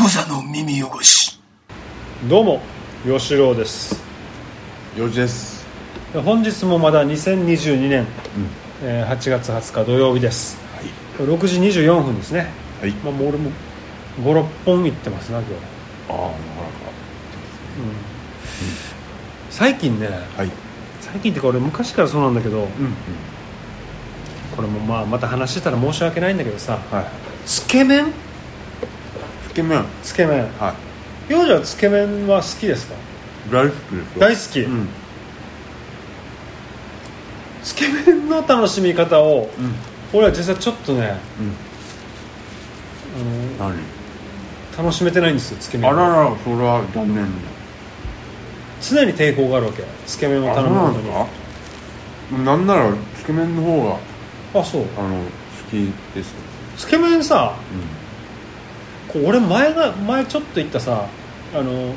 無座の耳汚しどうも吉郎ですよじです本日もまだ2022年、えー8月20日土曜日です、6時24分ですね、はいまあ、もう俺も56本行ってますな今日、ああなか最近ねなかはい最近ってか俺昔からそうなんだけどうんうんこれもまあまた話してたら申し訳ないんだけどさはいつけ麺つけ麺はつけ麺幼女はつけ麺は好きですかい大好きですよ大好き、うんつけ麺の楽しみ方をうん俺は実はちょっとね、うんあの何楽しめてないんですよつけ麺あをららそれは残念だ常に抵抗があるわけつけ麺をあ頼そうなんでむことすにかなんならつけ麺の方があそうあの好きですつけ麺さうこう俺前が前ちょっと言ったさあの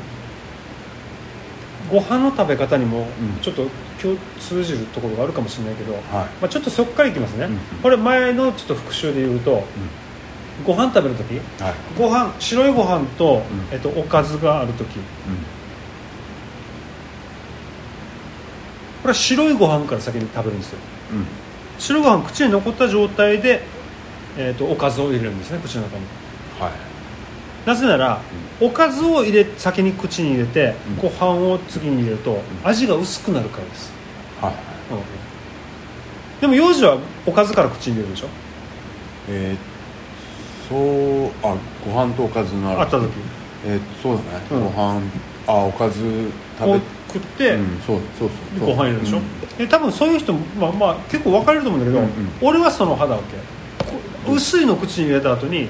ご飯の食べ方にもうんちょっと今日通じるところがあるかもしれないけど、んはいまあ、ちょっとそこからいきますね、うんうんこれ前のちょっと復習で言うと、ご飯食べる時はいご飯白いご飯と、うんえっとおかずがある時これは白いご飯から先に食べるんですようんうん白いご飯口に残った状態で、えっとおかずを入れるんですね口の中にはいなぜなら、おかずを入れ先に口に入れて、うんご飯を次に入れると、味が薄くなるからです、はいうんでも幼児はおかずから口に入れるでしょえーそうあご飯とおかずのある会った時えーそうだねうごん飯あおかずこ食べう食って、うんそうそうそうそうご飯入れるでしょ、うんで多分そういう人も、まあ、まあ結構分かれると思うんだけど、うんうん俺はその派だわけこう薄いの口に入れた後に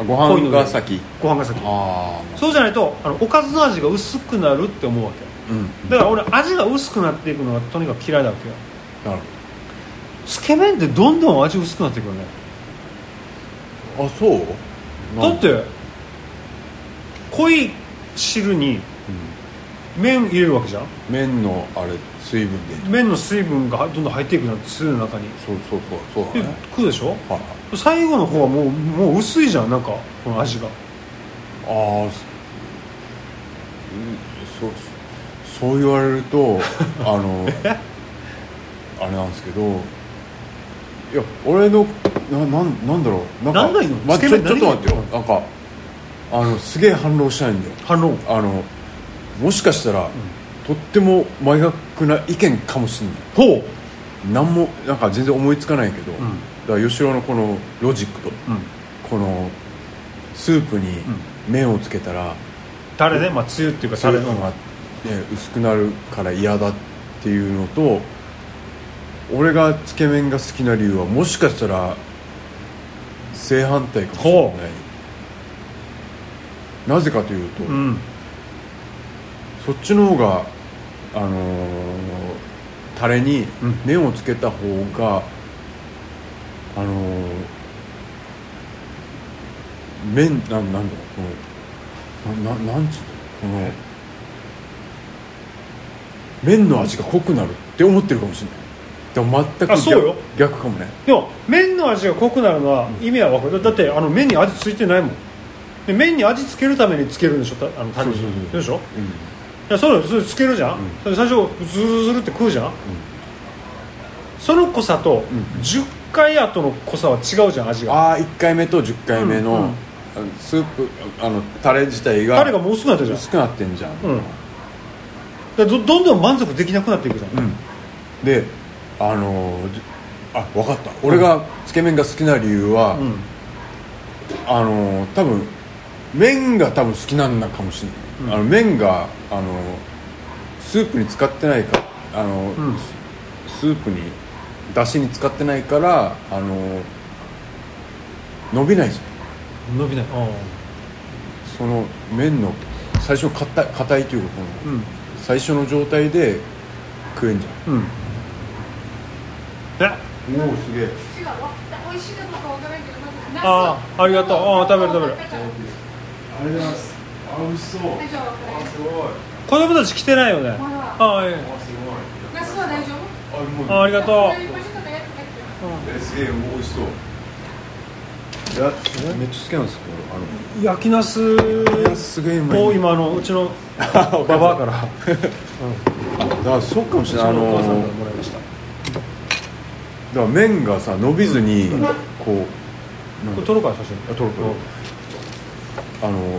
あご飯が先ご飯が先ああそうじゃないとあのおかずの味が薄くなるって思うわけうんうんだから俺味が薄くなっていくのがとにかく嫌いだわけよなるつけ麺ってどんどん味薄くなっていくよねほどあそうだって濃い汁に麺入れるわけじゃん麺のあれ水分で麺の水分がどんどん入っていくなんてするの中にそうそうそうそうでだね食うでしょはい最後の方はもうもう薄いじゃんなんかこの味がああーすうんそうそう言われる とあのあれなんですけどいや俺のななんなんだろうなんかなんないのまつけちょ麺ちょっと何待ってよなんかあのすげえ反応したいんだよ反応あのもしかしたら、とっても真逆な意見かもしれないほうなんもなんか全然思いつかないけど、んだから吉郎のこのロジックとうんこのスープに麺をつけたら、タレねまあつゆっていうかスータレプのが、ね、薄くなるから嫌だっていうのと俺がつけ麺が好きな理由はもしかしたら正反対かもしれないなぜかというと、うんそっちの方があのータレにうん麺をつけた方が、あのー麺なんなんだろうこのなななんつうのこの麺の味が濃くなるって思ってるかもしれないでも全くあそうよ逆逆かもねでも麺の味が濃くなるのは意味は分かるだってあの麺に味ついてないもんで麺に味つけるためにつけるんでしょたあのタレにそうそうそうでしょうんいやそうだよそれつけるじゃん、だから最初ズルズルって食うじゃん、その濃さとん10回後の濃さは違うじゃん味がああ1回目と10回目うんうのんあのスープあのタレ自体タレががもう薄くなったじゃん薄くなってんじゃんうんだからどどんどん満足できなくなっていくじゃん、うん、であのーじあ分かった俺がつけ麺が好きな理由は、うんあのー多分麺が多分好きなんだかもしれない、あの麺があのースープに使ってないかあのー、うんススープにだしに使ってないからあのー伸びないじゃん伸びないあその麺の最初硬い硬いというかこの、うん最初の状態で食えんじゃうんえんおおすげえ違うわ美味しいかどうかわからんけどまずナスああありがとうああ食べる食べるありがとうございますあ美味しそう大丈夫これ子供たち来てないよねまだああいいナスは大丈夫あありがとナスは大丈夫ちょっとやってみてえすげえ美味しそういやめっちゃ好きなんですけどあの焼きナスすげえうまいを今あのうち のババアかだらからそうかもしうちれないあのお母さんのからもらいましただから麺がさ伸びずにこうこれ撮ろうか写真あ撮ろう撮ろう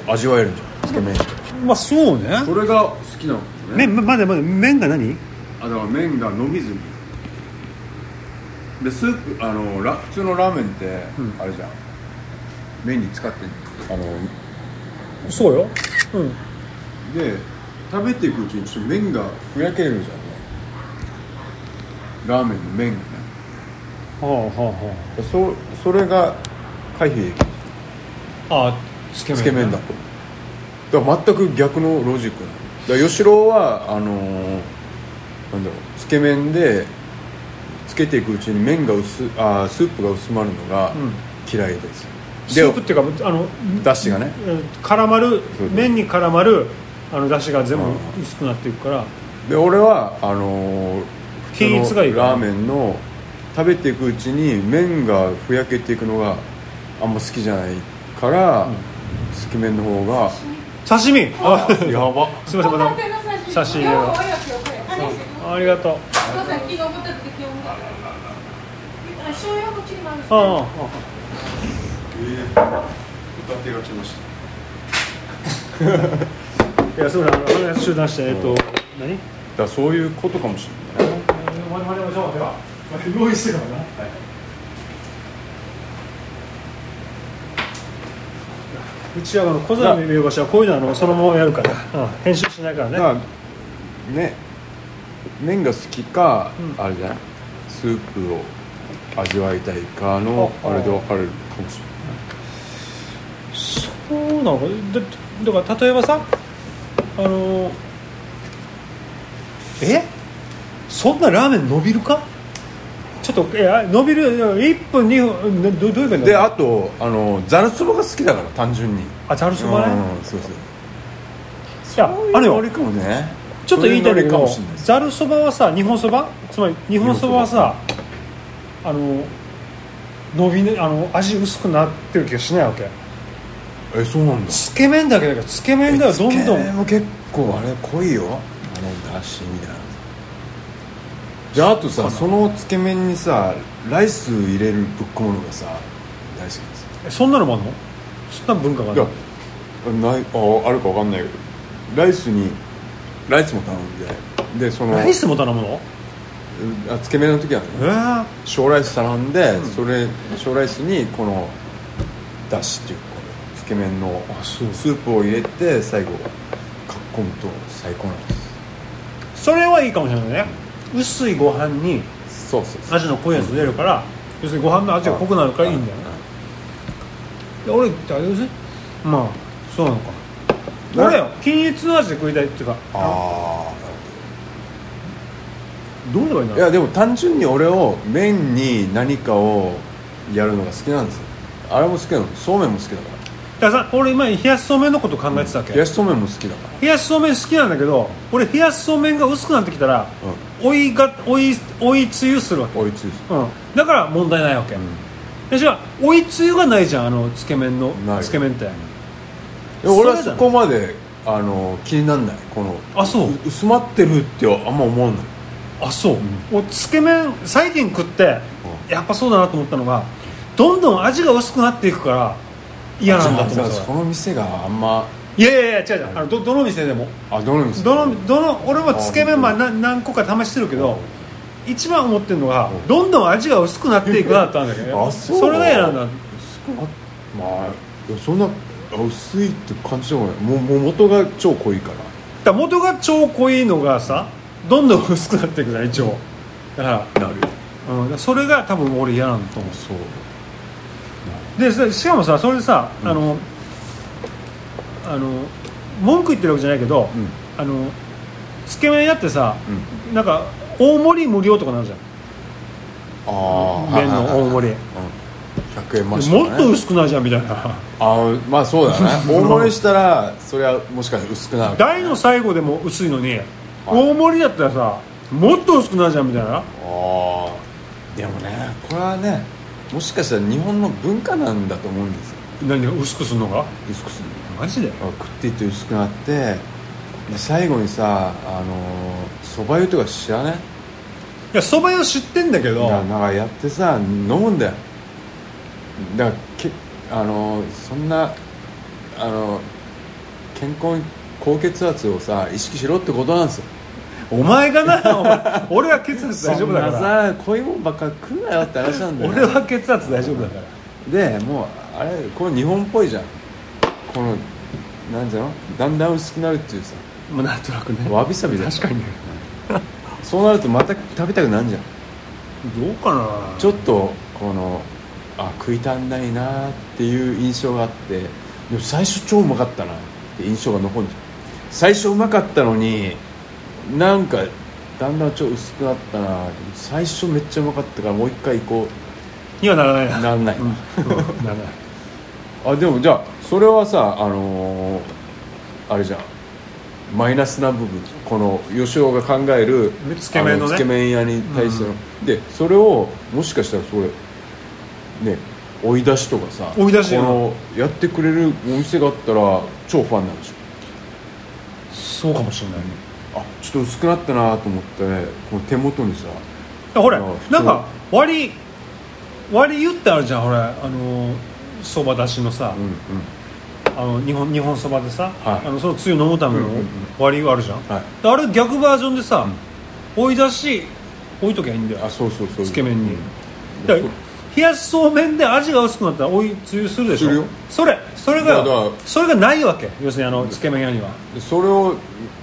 あの味わえるんじゃんつけ麺まあそうねそれが好きなの麺まだまだ麺が何あだから麺が伸びずにでスープあのラ普通のラーメンって、うんあれじゃん麺に使ってんじゃんあのそうようんで食べていくうちにちょっと麺がふやけるじゃんねラーメンの麺がねはあはそそれが回避できるあはああつけつけ麺だとだから全く逆のロジックなのだから吉郎はあのーなんだろうつけ麺でつけていくうちに麺が薄あースープが薄まるのがん嫌いです、スでープっていうかあのだしがねうん絡まるそうそう麺に絡まるあの出汁が全部うん薄くなっていくからで俺はあのー均一がいい普通のラーメンの食べていくうちに麺がふやけていくのがあんま好きじゃないから、つけ麺の方が刺身あやば すみませんまた写写真真入れろ Yo voy a Kyokure. Hanese. ありがとう Entonces, aquí no botas de Kyokure. Shoyo Gucci もあるしあああ歌ってが来ましたあいやすみませんあの話中断してえっと何だからそういうことかもしれないねままましょうでは用意してからなうちはあの小皿の見よしはこういうのはあのそのままやるから、うん編集しないからねだからね麺が好きか、うあれじゃないスープを味わいたいかのああれで分かれるかもしそうなのかだだから例えばさあのえそんなラーメン伸びるかちょっといや伸びる1分2分などどういうこれなといであとあのざるそばが好きだから単純にあざるそばねうんそうそういやああれれはよあれかもねちょっと言いたいんだけそううノリかもしどれないですざるそばはさ日本そばつまり日本そばはさあの伸びねあの味薄くなってる気がしないわけえそうなんだつけ麺だけだからつけ麺ではどんどつけ麺んも結構あれ濃いよあのだしみたいなじゃああとさそのつけ麺にさライス入れるぶっこむのがさ大好きですえそんなのもあんのそんな文化があいるやのないああるかわかんないけどライスにライスも頼んででそのライスも頼むのうんあつけ麺の時はねえー小ライス頼んで、それ小ライスにこのだしっていうかつけ麺のスープを入れて最後かっこむと最高なんでそれはいいかもしれないね薄いご飯にすそうそうそう味の濃いやつ入れるから、要するにご飯の味が濃くなるからいいんだよね、いや俺ってあれですねまあそうなのかな俺よ均一の味で食いたいっていうかあどうすればいいんあだいろやうでも単純に俺を麺に何かをやるのが好きなんですよあれも好きなのそうめんも好きだかだからさ俺今冷やしそうめんのこと考えてたわけ、ら冷やしそうめんも好きだか冷やしそうめん好きなんだけど俺冷やしそうめんが薄くなってきたらら追いが追い追いつゆするわけ、うん追いついてうん、だから問題ないわけ、うんでじゃあ追いつゆがないじゃんあのつけ麺のないつけ麺ってで俺はそれだそねこまであの気にならないこのあそう薄まってるってあんま思わないあそう、おつけ麺最近食ってやっぱそうだなと思ったのがどんどん味が薄くなっていくから嫌なんだとじゃ思あっじゃあたこのの店があんまいやいやいや違う違うあのどどの店でもあどの店どのどの俺もつけ麺まあな何個か試してるけど一番思ってるのがどんどん味が薄くなっていくなだったんだけど ねあそうれが嫌なんだ薄くなまあいやそんなあ薄いって感じじゃないもうもう元が超濃いからだから元が超濃いのがさどんどん薄くなっていくじゃん一応だかなるら、うん、だからそれが多分俺嫌なんだと思うそうでそれしかもさそれでさ、あのあの文句言ってるわけじゃないけど、うんあのつけ麺やってさ、うんなんか大盛り無料とかなるじゃんああ麺の大盛り100円増しとかねもっと薄くなるじゃんみたい なああまあそうだね 大盛りしたらそれはもしかして薄くなる大の最後でも薄いのに、大盛りだったらさもっと薄くなるじゃんみたいなああでもねこれはねもしかしたら日本の文化なんだと思うんですよ何が薄くするのが薄くするマジであ食っていって薄くなってで最後にさあのそば湯とか知らないいやそば屋知ってんだけどななんかやってさ飲むんだよだからけあのそんなあの健康高血圧をさ意識しろってことなんですよお前がなお前俺は血圧 大丈夫だ そかんらなさこういうもんばっか食うなよって話なんだよ 俺は血圧大丈夫だからでもうあれこの日本っぽいじゃんこのなんていうのだんだん薄くなるっていうさまあなんとなくねわびさびだよ確かにねそうなるとまた食べたくなるじゃんどうかなちょっとこのあ食い足んないなっていう印象があってでも最初超うまかったなって印象が残るじゃん最初うまかったのになんかだんだん超薄くなったなでも最初めっちゃうまかったからもう一回行こにはならないなうならない、うんうんならないあでもじゃあそれはさあのーあれじゃんマイナスな部分この吉尾が考えるつけ麺のねあつけ麺屋に対しての、うでそれをもしかしたらそれね追い出しとかさ追い出しこよのやってくれるお店があったら超ファンになるでしょそうかもしれないねあちょっと薄くなったなと思ってこの手元にさあほれあのなんか割り割り湯ってあるじゃんほれあのそばだしのさ、うんうんあの日本日本そばでさ、はいあのそのつゆ飲むためのうんうんうん割り湯あるじゃん、はいであれ逆バージョンでさ、追い出し置いときゃいいんだよあそうそうそうつけ麺に、そだうから冷やしそうめんで味が薄くなったら追いつゆするでしょするよそれそれだからがそれがないわけ要するにあのつけ麺屋にはでそれを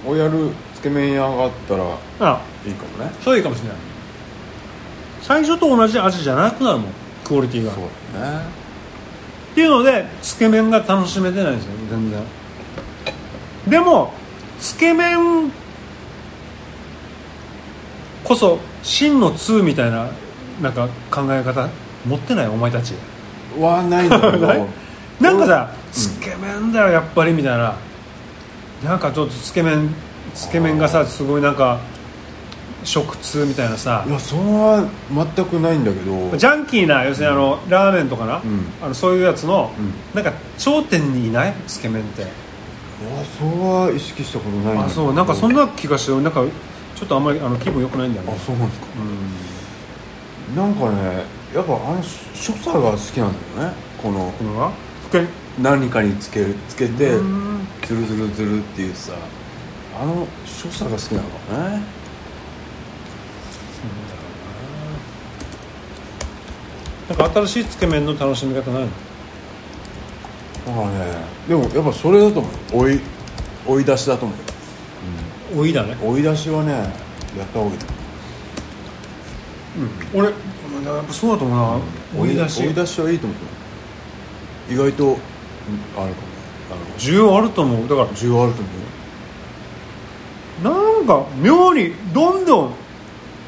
をやるつけ麺屋があったらあいいかもねそれいいかもしれない最初と同じ味じゃなくなるもんクオリティがそうだねっていうのでつけ麺が楽しめてないんですよ全然でもつけ麺こそ真の通みたいななんか考え方持ってないお前たちはないんだけど ないなんかさ、つけ麺だよやっぱりみたいななんかちょっとつけ麺つけ麺がさすごいなんか食通みたいなさいやそれは全くないんだけどジャンキーな要するにあの、ラーメンとかな、んあのそういうやつの、うんなんか頂点にいないつけ麺ってあそれは意識したことないんだけどあそうなんかそんな気がしてなんかちょっとあんまりあの気分良くないんだよあねそうなんですかなんかねやっぱあの所作が好きなんだよねこのこのは福建何かにつけつけてうんズルズルズルっていうさあの所作が好きなのかもねなんか新しいつけ麺の楽しみ方ないのだからねでもやっぱそれだと思う追い追い出しだと思多いだねう追い出しはねやった方がいい俺やっぱそうだと思うな追い出し追い出しはいいと思う意外とうんあるかもねあの需要あると思うだか需要あると思うよらなんか妙にどんどん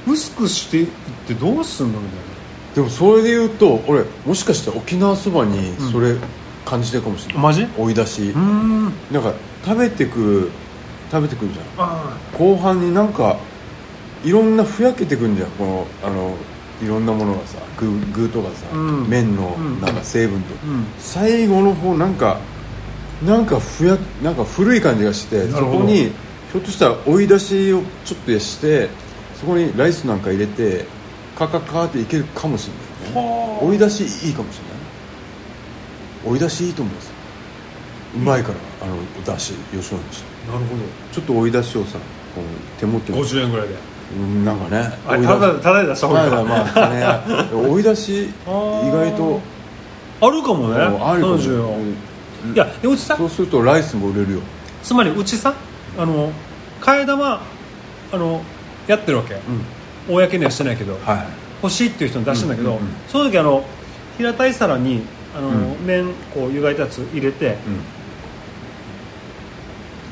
薄くしていってどうすんのみたいでもそれで言うと俺もしかしたら沖縄そばにそれ感じてるかもしれなない、マジう追い出しーんなんか食べてく食べてくるじゃんあ後半になんかいろんなふやけてくんじゃんこのあのいろんなものがさ具具とかさ、うん麺のうんなんか成分とか、あうん最後の方なんかなんかふやなんか古い感じがしてなそるほどこにひょっとしたら追い出しをちょっとしてそこにライスなんか入れてカカカーっていけるかもしれないはあ追い出しいいかもしれない追い出しいいと思うんですようまいから、あの出汁吉野のしなるほちょっと追い出しをさこう手元どに50円ぐらいでうんなんかねあれただただで出したそ方うがいだいかまあね、 追い出し意あー外とあるかもねあのあるかもその需要うんいやでうちさそうするとライスも売れるよつまりうちさあの替え玉あのやってるわけ、公にはしてないけどはい欲しいっていう人に出してんだけど、うんうんうんその時あの平たい皿にあの、うん麺こう湯がいたやつ入れて、うん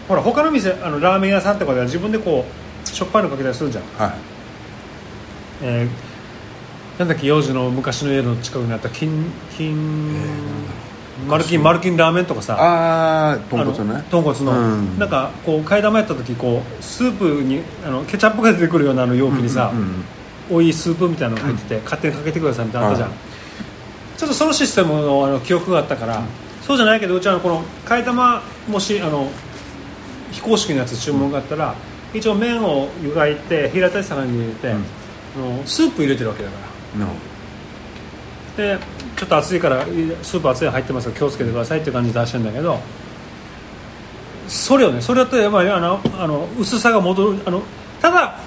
ほら他の店あのラーメン屋さんとかでは自分でこうしょっぱいのかけたりするじゃん、はいえーなんだっけ幼児の昔の家の近くにあった金金、マルキンマルキンラーメンとかさああ豚骨あねの豚骨の、うんなんかこう替え玉やった時こうスープにあのケチャップが出てくるようなあの容器にさ、うんうんうんおいスープみたいなのが入ってて、勝手にかけてくださいみたいなのあったじゃん、ちょっとそのシステムのあの記憶があったから、そうじゃないけどうちはあのこの替え玉もしあの非公式のやつ注文があったら、一応麺を湯がいて平たい皿に入れて、うんあのスープ入れてるわけだかならでちょっと熱いからスープ熱いの入ってますから気をつけてくださいっていう感じで出してるんだけどそれをねそれだとやっぱりあのあの薄さが戻るあのただ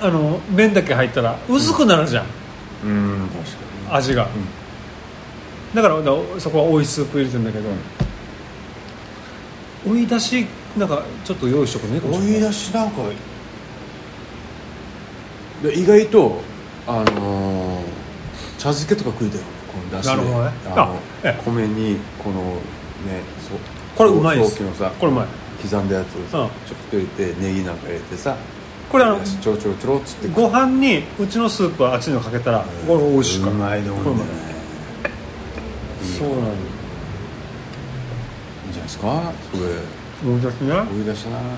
あの麺だけ入ったら薄くなるじゃん、うん確か味が、だからだからそこは追いスープ入れてんだけど、追い出しなんかちょっと用意しとくね追い出しなんかで意外とあのー茶漬けとか食いたよこの出汁でなるほどねああのええ米にこのねそうこれうまいですソースのさこれうまい刻んだやつをさ、うんちょっと入れてネギなんか入れてさこれあのだしちょろちょろちょろっつってご飯にうちのスープは熱いのかけたらこれ美味しいからうまいでこもれんうねまいそうなんだいいんじゃないですかそれ追い出しね追い出したないや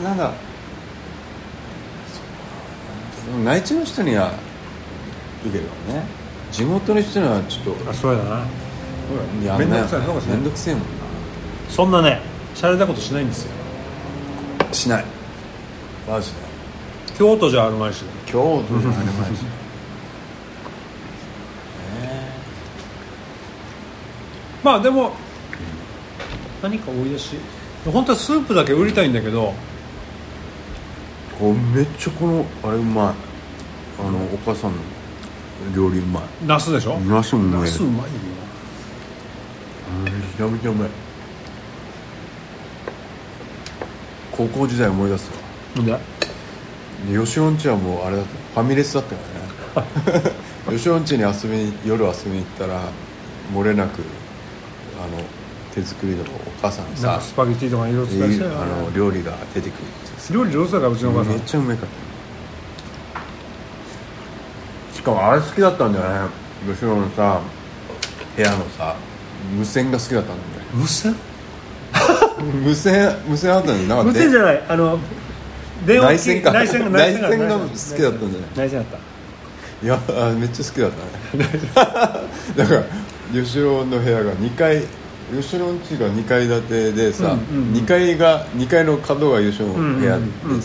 ーなんかそっか内地の人には受けるわね地元の人にはちょっとあそうやなやめんんどないくさいそうかもしれめないんどくせえもんそんなね洒落たことしないんですよなしないマジで京都じゃあるまいし京都じゃないマジでねまあでも何か追い出し本当はスープだけ売りたいんだけどこうめっちゃこのあれうまいあのお母さんの料理うまいナスでしょナスもうまいナスうまいよめちゃめちゃうまい高校時代思い出すわなんでで吉本家はもうあれだったファミレスだったから ね吉本家に遊びに夜遊びに行ったら漏れなくあの手作りのお母さんのなんさかスパゲティとか色々い使いしいたあよねの料理が出てくるんですよ料理上手だからうちのお母さめんっちゃうまかったしかもあれ好きだったんだよね吉野のさ部屋のさ無線が好きだったんだよね無線無線無線あったんじゃなか無った線じゃないあの電話機内線か内線が内線が内線が好きだったんじゃない内線だっいやあめっちゃ好きだったね だから吉郎の部屋が2階吉郎ん家が2階建てでさ、うんうんうん2階が二階の角が吉郎の部屋でさ、うんうんうんうん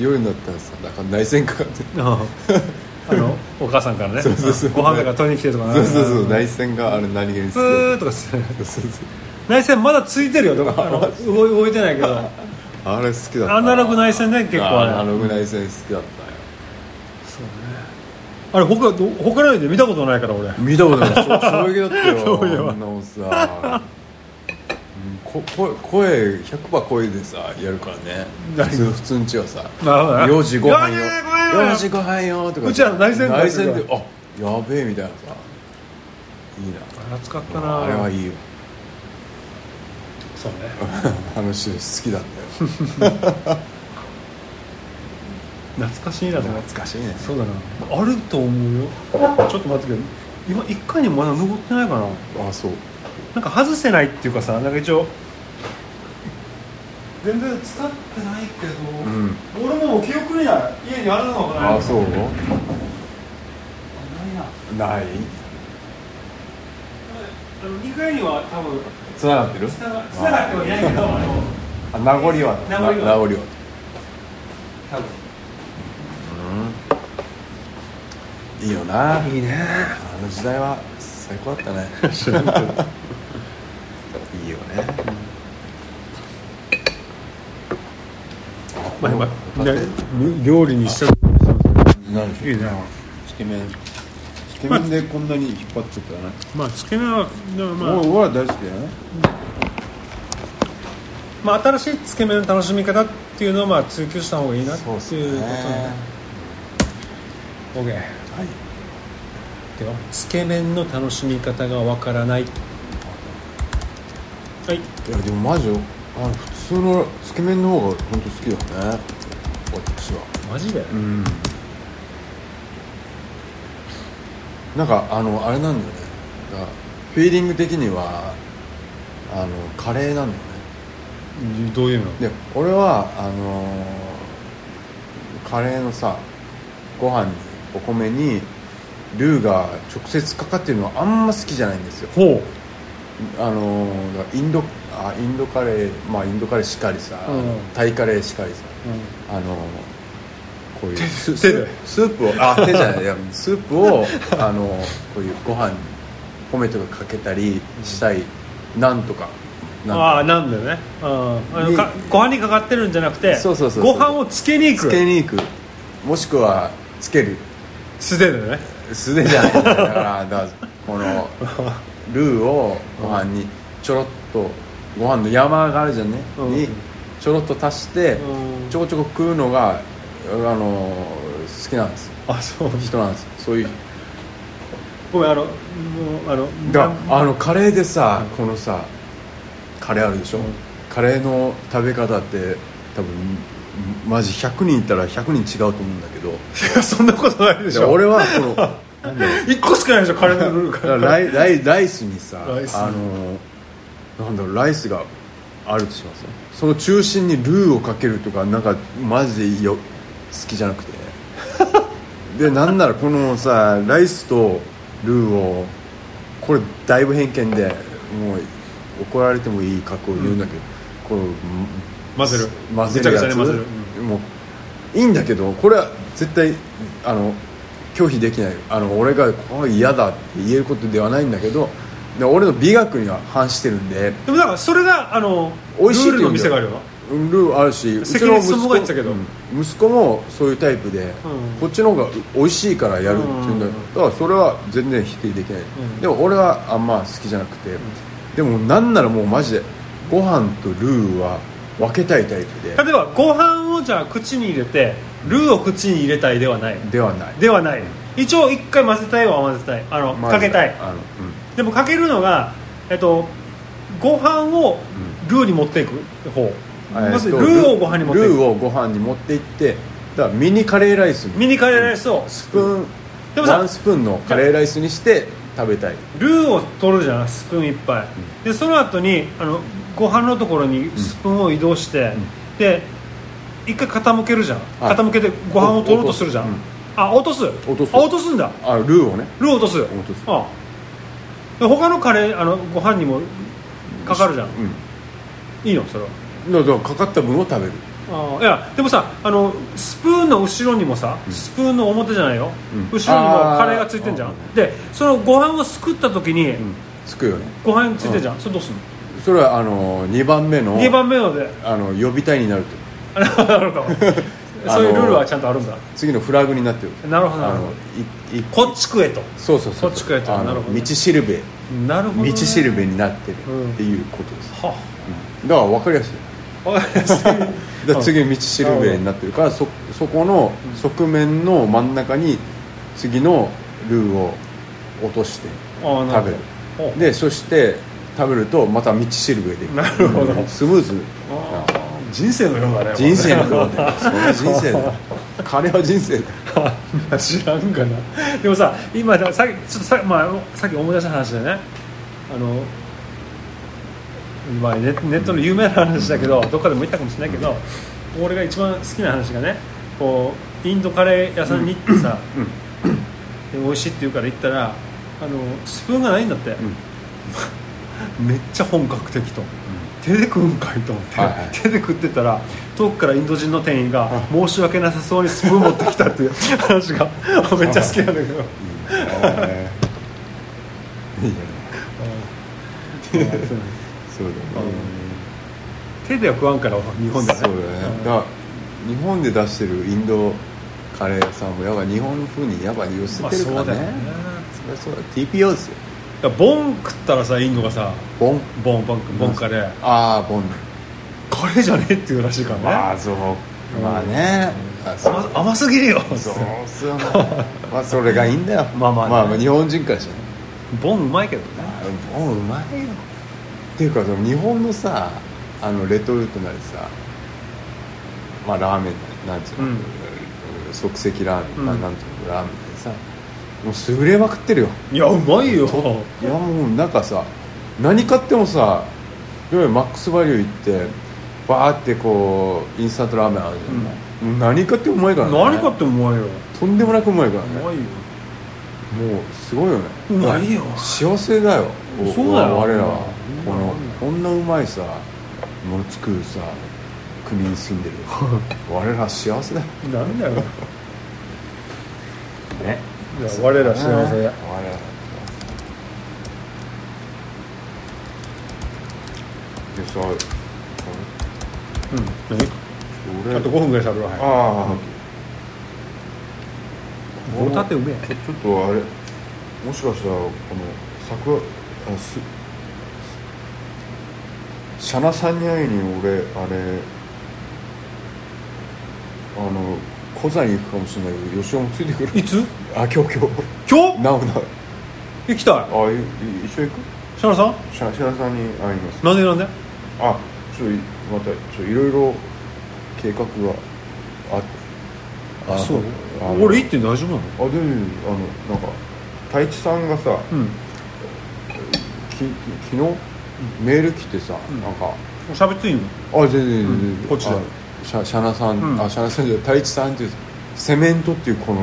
夜になったらさなんか内線かかってたあのお母さんからねそうそうそうご飯が取りに来てとかそうそうそう内線があれ何気にプ好ーとかしてきだそうそうそう内線まだついてるよどこかあの動い動いてないけ どあれ好きだったアナログ内線ね結構あれアナログ内線好きだったよあれ他ど他の家で見たことないから俺見たことない衝撃だったよそういえばあんなもんさうんこ声声100パー声でさやるからね何普通普通んちはさなるほどね4時ご飯よ4時ご飯よ4時ご飯よとかうちらの内線内線でだあやべえみたいなさいいな懐かったなあれはいいよ そうねあの人好きだったよ懐かしいなと思って懐かしいねそうだなあると思うよちょっと待ってけど今一回にもまだ登ってないかなあそうなんか外せないっていうかさなんか一応全然使ってないけうど、ん俺もう記憶にない家にあるのかなあそうないなないあの2階には多分つながってるつながつながってはいないけどあのあ名残は名残なは名残は多分いいよないいねあの時代は最高だったね いいよねまあまあで料理にしたなんいいねつけ麺つけ麺でこんなに引っ張っちゃったね、まあつけ麺はでもままあ、あ、俺は大好きだよねまあ、新しいつけ麺の楽しみ方っていうのをまあ追求した方がいいなっていうことねね OK はいではつけ麺の楽しみ方がわからないはいいやでもマジよあ普通のつけ麺の方が本当好きだよね私はマジでうんなんかあのあれなんだよねだからフィーリング的にはあのカレーなんだよねどういうので俺はあのーカレーのさご飯にお米にルーが直接かかってるのはあんま好きじゃないんですよほあのーだからインドあインドカレーまあインドカレーしかりさ、うんタイカレーしかりさう、うんあのーこういうス手ススープをあ手じゃないいやスープ をあのーこういうご飯に米とかかけたりしたい、なんとかなんとかああなんだよね、うん、あのにかご飯にかかってるんじゃなくてそうそうそうご飯をつけに行つけくに行くもしくはつける素手でね素手じ ゃないだからだからこのルーをご飯にちょろっとご飯の山があるじゃんね、うんにちょろっと足して、うんちょこちょこ食うのがあの好きなんですあそう人なんですそういうごめんあのもうあのがなあのカレーでさ、うんこのさカレーあるでしょ、うんカレーの食べ方って多分マジ100人いたら100人違うと思うんだけどいやそんなことないでしでょ俺はこの なんだろう一個しかないでしょカレーのルーだからが ライライライスにさライスあのなんだろうライスがあるとしますねその中心にルーをかけるとかなんかマジでよ好きじゃなくて でなんならこのさライスとルーをこれだいぶ偏見でもう怒られてもいい格好を言うんだけど、こう混ぜる混ぜるやぐちゃぐつちゃに混ぜるもういいんだけどこれは絶対あの拒否できないあの俺がこう嫌だって言えることではないんだけどで俺の美学には反してるんででもなんかそれがあの美味しいってル言うんだよールの店があるよルーあるしうち関の根息勤子が言ってたけどうん息子もそういうタイプで、んこっちの方が美味しいからやるっていうんだようんだからそれは全然否定できない、んでも俺はあんま好きじゃなくて、でもなんならもうマジでご飯とルーは分けたいタイプで例えばご飯をじゃあ口に入れてルーを口に入れたいではないではないではない一応一回混ぜたいは混ぜたいあのまあかけたいあの、でもかけるのがえっとご飯をルーに持っていく方、うんまずえルっとーをご飯に持っていルーくをご飯に持って行ってだからミニカレーライスにミニカレーライスをスプーンでもさワンスプーンのカレーライスにして食べたいルーを取るじゃんスプーン一杯、でその後にあのご飯のところにスプーンを移動して、で一回傾けるじゃん、はい傾けてご飯を取ろうとするじゃん、うんあ落とす落とすあ落とすんだあルーをねルーを落とす落とすあで他のカレーあのご飯にもかかるじゃんうんいいのそれだはからかかった分を食べる、あーいやでもさあのスプーンの後ろにもさ、スプーンの表じゃないよ、うん後ろにもあーカレーがついてんじゃうんでそのご飯をすくった時に、うん、つくよねご飯ついてんじゃん、それどうすんのそれはあの2番目の2番目のであの予備隊になるとあなるほどそういうルールはちゃんとあるんだ次のフラグになってるなるほどなあるのほどいいこっち食えとそうそうそうこっちかやったらあなるのほど道しるべなるほどね道しるべになってるうんっていうことです、はうんだから分かりやすい あわかりやすいだから次道しるべになってるからそそこの側面の真ん中に次のルーを落としてあな食べるるほどおでそして食べるとまた道しるべでなるほどうんスムーズあー人生のようだね人生のよようだよそれは人生だよ彼は人生だよう 知らんかなでもさ今ださっきちょっとさ,、まあ、さっき思い出した話でねあのまあ、ネネットの有名な話だけどどっかでも言ったかもしれないけど俺が一番好きな話がねこうインドカレー屋さんに行ってさ、で美味しいって言うから行ったらあのスプーンがないんだって、 めっちゃ本格的と、手で食うんかいと思って、はいはい手で食ってたら遠くからインド人の店員が申し訳なさそうにスプーン持ってきたっていう話 がめっちゃ好きなんだけど。えーいいよねそうだよね手では食わんから日本でねそうだよねだから日本で出してるインドカレー屋さんもやっぱ日本風にやっぱ寄せまあてるそうかだらよねねそりゃそうだ TPO ですよだからボン食ったらさインドがさボンボンボンボンカレーああボンカレーじゃねえっていうらしいからね、まあそうまあねあそう甘甘すぎるよそうっす よねまあそれがいいんだよまあまあねまあ、日本人からしたらねボンうまいけどねあもううまいよっていうかその日本のさあのレトルトなりさまあラーメンなんつうの、うん即席ラーメン、なうんなんつうのラーメンってさもう優れまくってるよいやうまいよいやもうなんかさ何買ってもさいわゆるマックスバリュー行ってバーってこうインスタントラーメンあるじゃない、もう何買ってもうまいからね何かってうまいよとんでもなくうまいからうねまいよもうすごいよねうまいよ幸せだよそうだよ我らはうこのこんんなうまいさもの作るさ国に住んで る我ら幸せだよなんだよ ねいや我ら幸せ我らだでさうん俺何あと5分ぐらいしゃべろうはああい棒立てうめええちょっとあれもしかしたらこの桜あすシャナさんに会いに俺あれあの小座に行くかもしれないけど吉尾もついてくるいつあ今日今 今日なうなう日行きたあいい一緒に行いシャラさんくシャシャナさんに会いますなんでなんであちょっといまたちょっといろいろ計画があってあそうあの俺行って大丈夫なあのでもあのなんか太一さんがさうんき昨日メール来てさ、んなんか喋っていいのあ全然全然うんこっちだよあシャシャナさん、うんあシャナさんじゃない太一さんっていうセメントっていうこの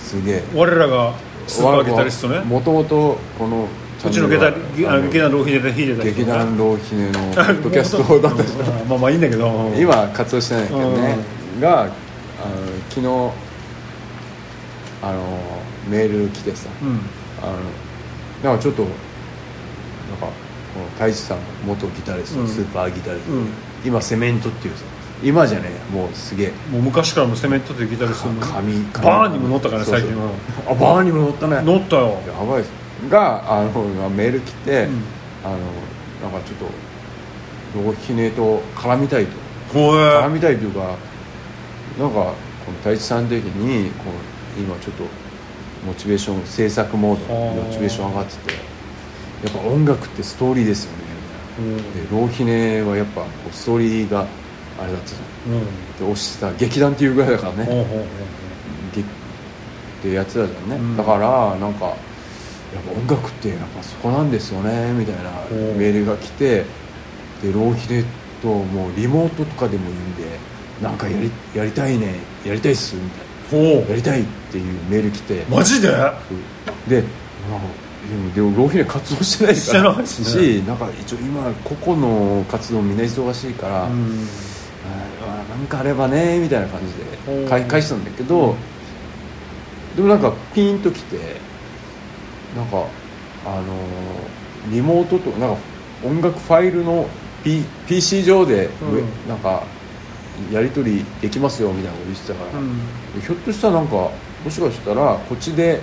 すげえ我らがスーパーギタリストねもともとこのうちのチャゲンネタルはゲあのゲタローヒデで弾いてた人ね劇団浪費ねのポッドキャストだった人まあまあいいんだけど今は活動してないけどね、があの昨日あのメール来てさ、うんあのなんかちょっとなんかこの太一さん元ギタリスト、うんスーパーギタリスト、うん今セメントっていうさ今じゃねえやもうすげえもう昔からもセメントでギタリストの紙紙バーにも乗ったからねそう最そう近はあバーにも乗ったね乗ったよやばいですがあのメール来て、うんあのなんかちょっと浪費ねと絡みたいとこ絡れみたいというかなんかこの太一さん的にこう今ちょっとモチベーション制作モードあーモチベーション上がっててやっぱ音楽ってストーリーですよねうんみたいなで浪費ねはやっぱこうストーリーがあれだったじゃうんんで推してた劇団っていうぐらいだからねほうほうほう劇ってやってたじゃんね、うんだからなんかやっぱ音楽ってやっぱそこなんですよねみたいなおーメールが来てで浪費でともうリモートとかでもいいんでなんかやりやりたいねやりたいっすみたいほなやりたいっていうメール来てうマジででなんかでもでも浪費で活動してないからしてないしねしなんか一応今個々の活動みんな忙しいから、あうんーなんかあればねみたいな感じおでー返返したんだけど、でもなんかピンときてなんかあのーリモートとなんか音楽ファイルの、P、PC 上で、うんなんかやり取りできますよみたいなこと言ってたから、うんひょっとしたらなんかもしかしたらこっちで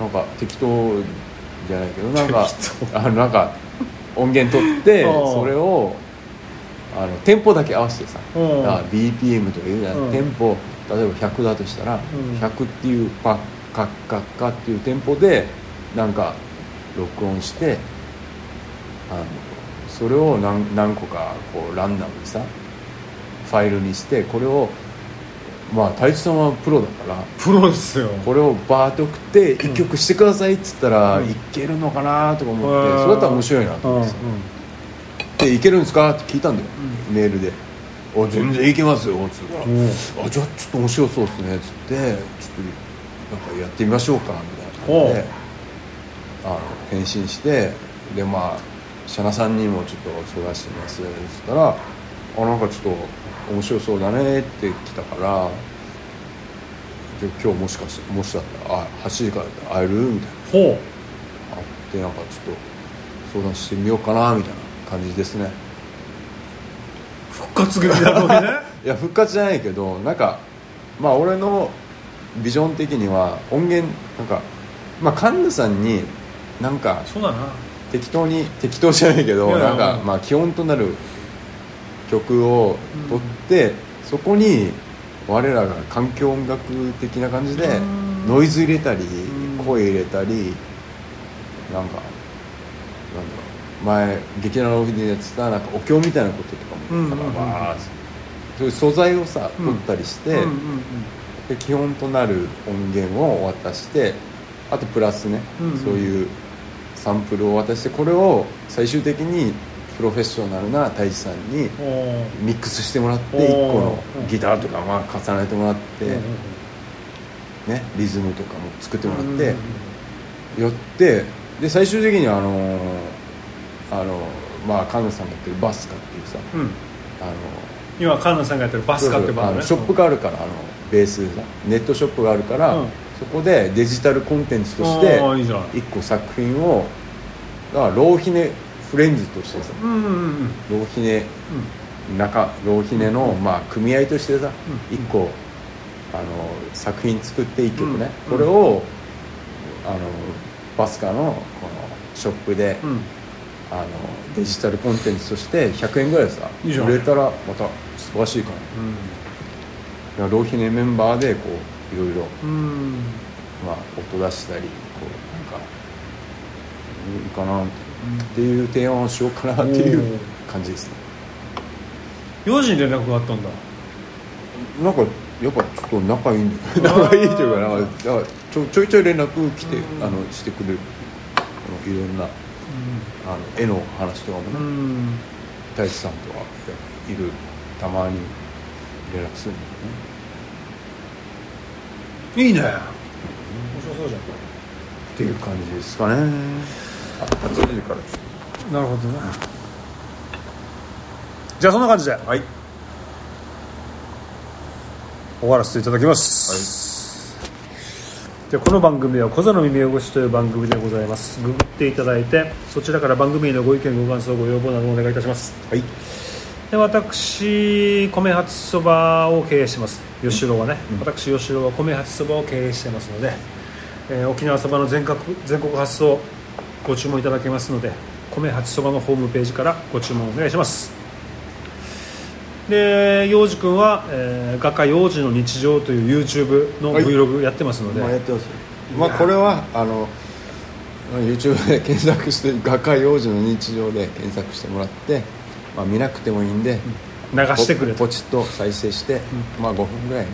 なんか適当じゃないけどなんかあのなんか音源取って あーそれをあのテンポだけ合わせてさ、うんだから BPM とかいうじゃない、うんテンポ例えば100だとしたら、ん100っていうパッカッカッカっていうテンポでなんか録音してあのそれを何何個かこうランダムにさファイルにしてこれをまあ太一さんはプロだからプロですよこれをバーッと送って1曲してくださいっつったらいけるのかなとか思ってうんそれだったら面白いなとうんう思んってで「いけるんですか?」って聞いたんだよメールで「あ全然いけますよ」っつうからうあんじゃあちょっと面白そうですね」っつって「ちょっとなんかやってみましょうか」みたいな感じであの返信してでまあシャナさんにもちょっと相談してますっつったら「あなんかちょっと面白そうだね」って来たから「じゃあ今日もしかしてもしだったらあ8時からだったら会える?」みたいなほあってなんかちょっと相談してみようかなみたいな感じですねう復活組だろう ねいや復活じゃないけどなんかまあ俺のビジョン的には音源なんかまあ神田さんになんかそうだな適当に適当じゃないけどいやいやなんかうんまあ基本となる曲を取って、そこに我らが環境音楽的な感じでうんノイズ入れたりうん声入れたりなんかなんだろう前劇団のフィでやってたなんかお経みたいなこととかうんもだからうんバーッそういう素材をさうん取ったりして、うんうんで基本となる音源を渡してあとプラスね、うんうんそういうサンプルを渡してこれを最終的にプロフェッショナルな太一さんにうんほうミックスしてもらっておー1個のギターとかまあ重ねてもらってうんうんねリズムとかも作ってもらっうてん、寄ってで最終的にあのーあのーまあ神田さんがやってるバスカっていうさうん、あのー今カンナさんがやってるバスカってバンドねそうそうあのショップがあるからあのベースがネットショップがあるから、うんそこでデジタルコンテンツとしてあーいいじゃん一個作品をだから浪費ねフレンズとしてさうんうんうんうん浪費ね中浪費ねの、まあ、組合としてさうん一個あの作品作って一曲ね、うんこれをあのバスカのこのショップで、うんあのデジタルコンテンツとして100円ぐらいでさいいじゃん売れたらまた素晴らしいかなだから浪費ねメンバーでこういろいろ、うんうんまあ、音出したりこうなんかいいかなっていう提案をしようかなっていう感じですね4時に連絡があったんだなんかやっぱちょっと仲いいんだよ 仲いいというかなんかなんかちょちょいちょい連絡来てうんあのしてくれるあのいろんなあの絵の話とかもうねん太一さんとはいるたまに連絡するんだよねいいね面白そうじっていう感じですかねあ8時からちょっゃんなるほどねじゃあそんな感じでとはい終わらせていただきます、でこの番組は「小座の耳汚し」という番組でございますググっていただいてそちらから番組へのご意見ご感想ご要望などお願いいたしますはいで私米八そばを経営してます吉郎はね、私吉郎は米八そばを経営してますので、えー沖縄そばの全国全国発送ご注文いただけますので米八そばのホームページからご注文お願いしますで幼児くんは、えー画家幼児の日常という YouTube のはい Vlog やってますので、まあやってますよまあこれはあの YouTube で検索して画家幼児の日常で検索してもらって、まあ、見なくてもいいんで、流してくれポとポチッと再生して、まあ5分ぐらいね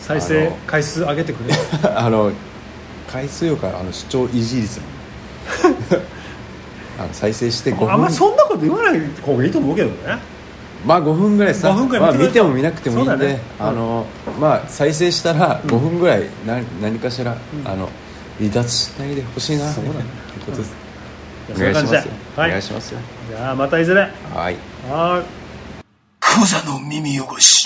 再生あの回数上げてくれ あの回数よからあの視聴維持 率あの再生して5分あんまりそんなこと言わない方がいいと思うけどねまあ5分ぐらいさ5分ぐまらあ、い見てください見ても見なくてもいいそんうだで、ねうんあのまあ、再生したら5分ぐらいな何かしら、あの離脱しないでほしいなそうだねということです、じゃあお願いしそますんな感じよ、ではお願いいしますよじゃあまたいずれははいーいクザの耳汚し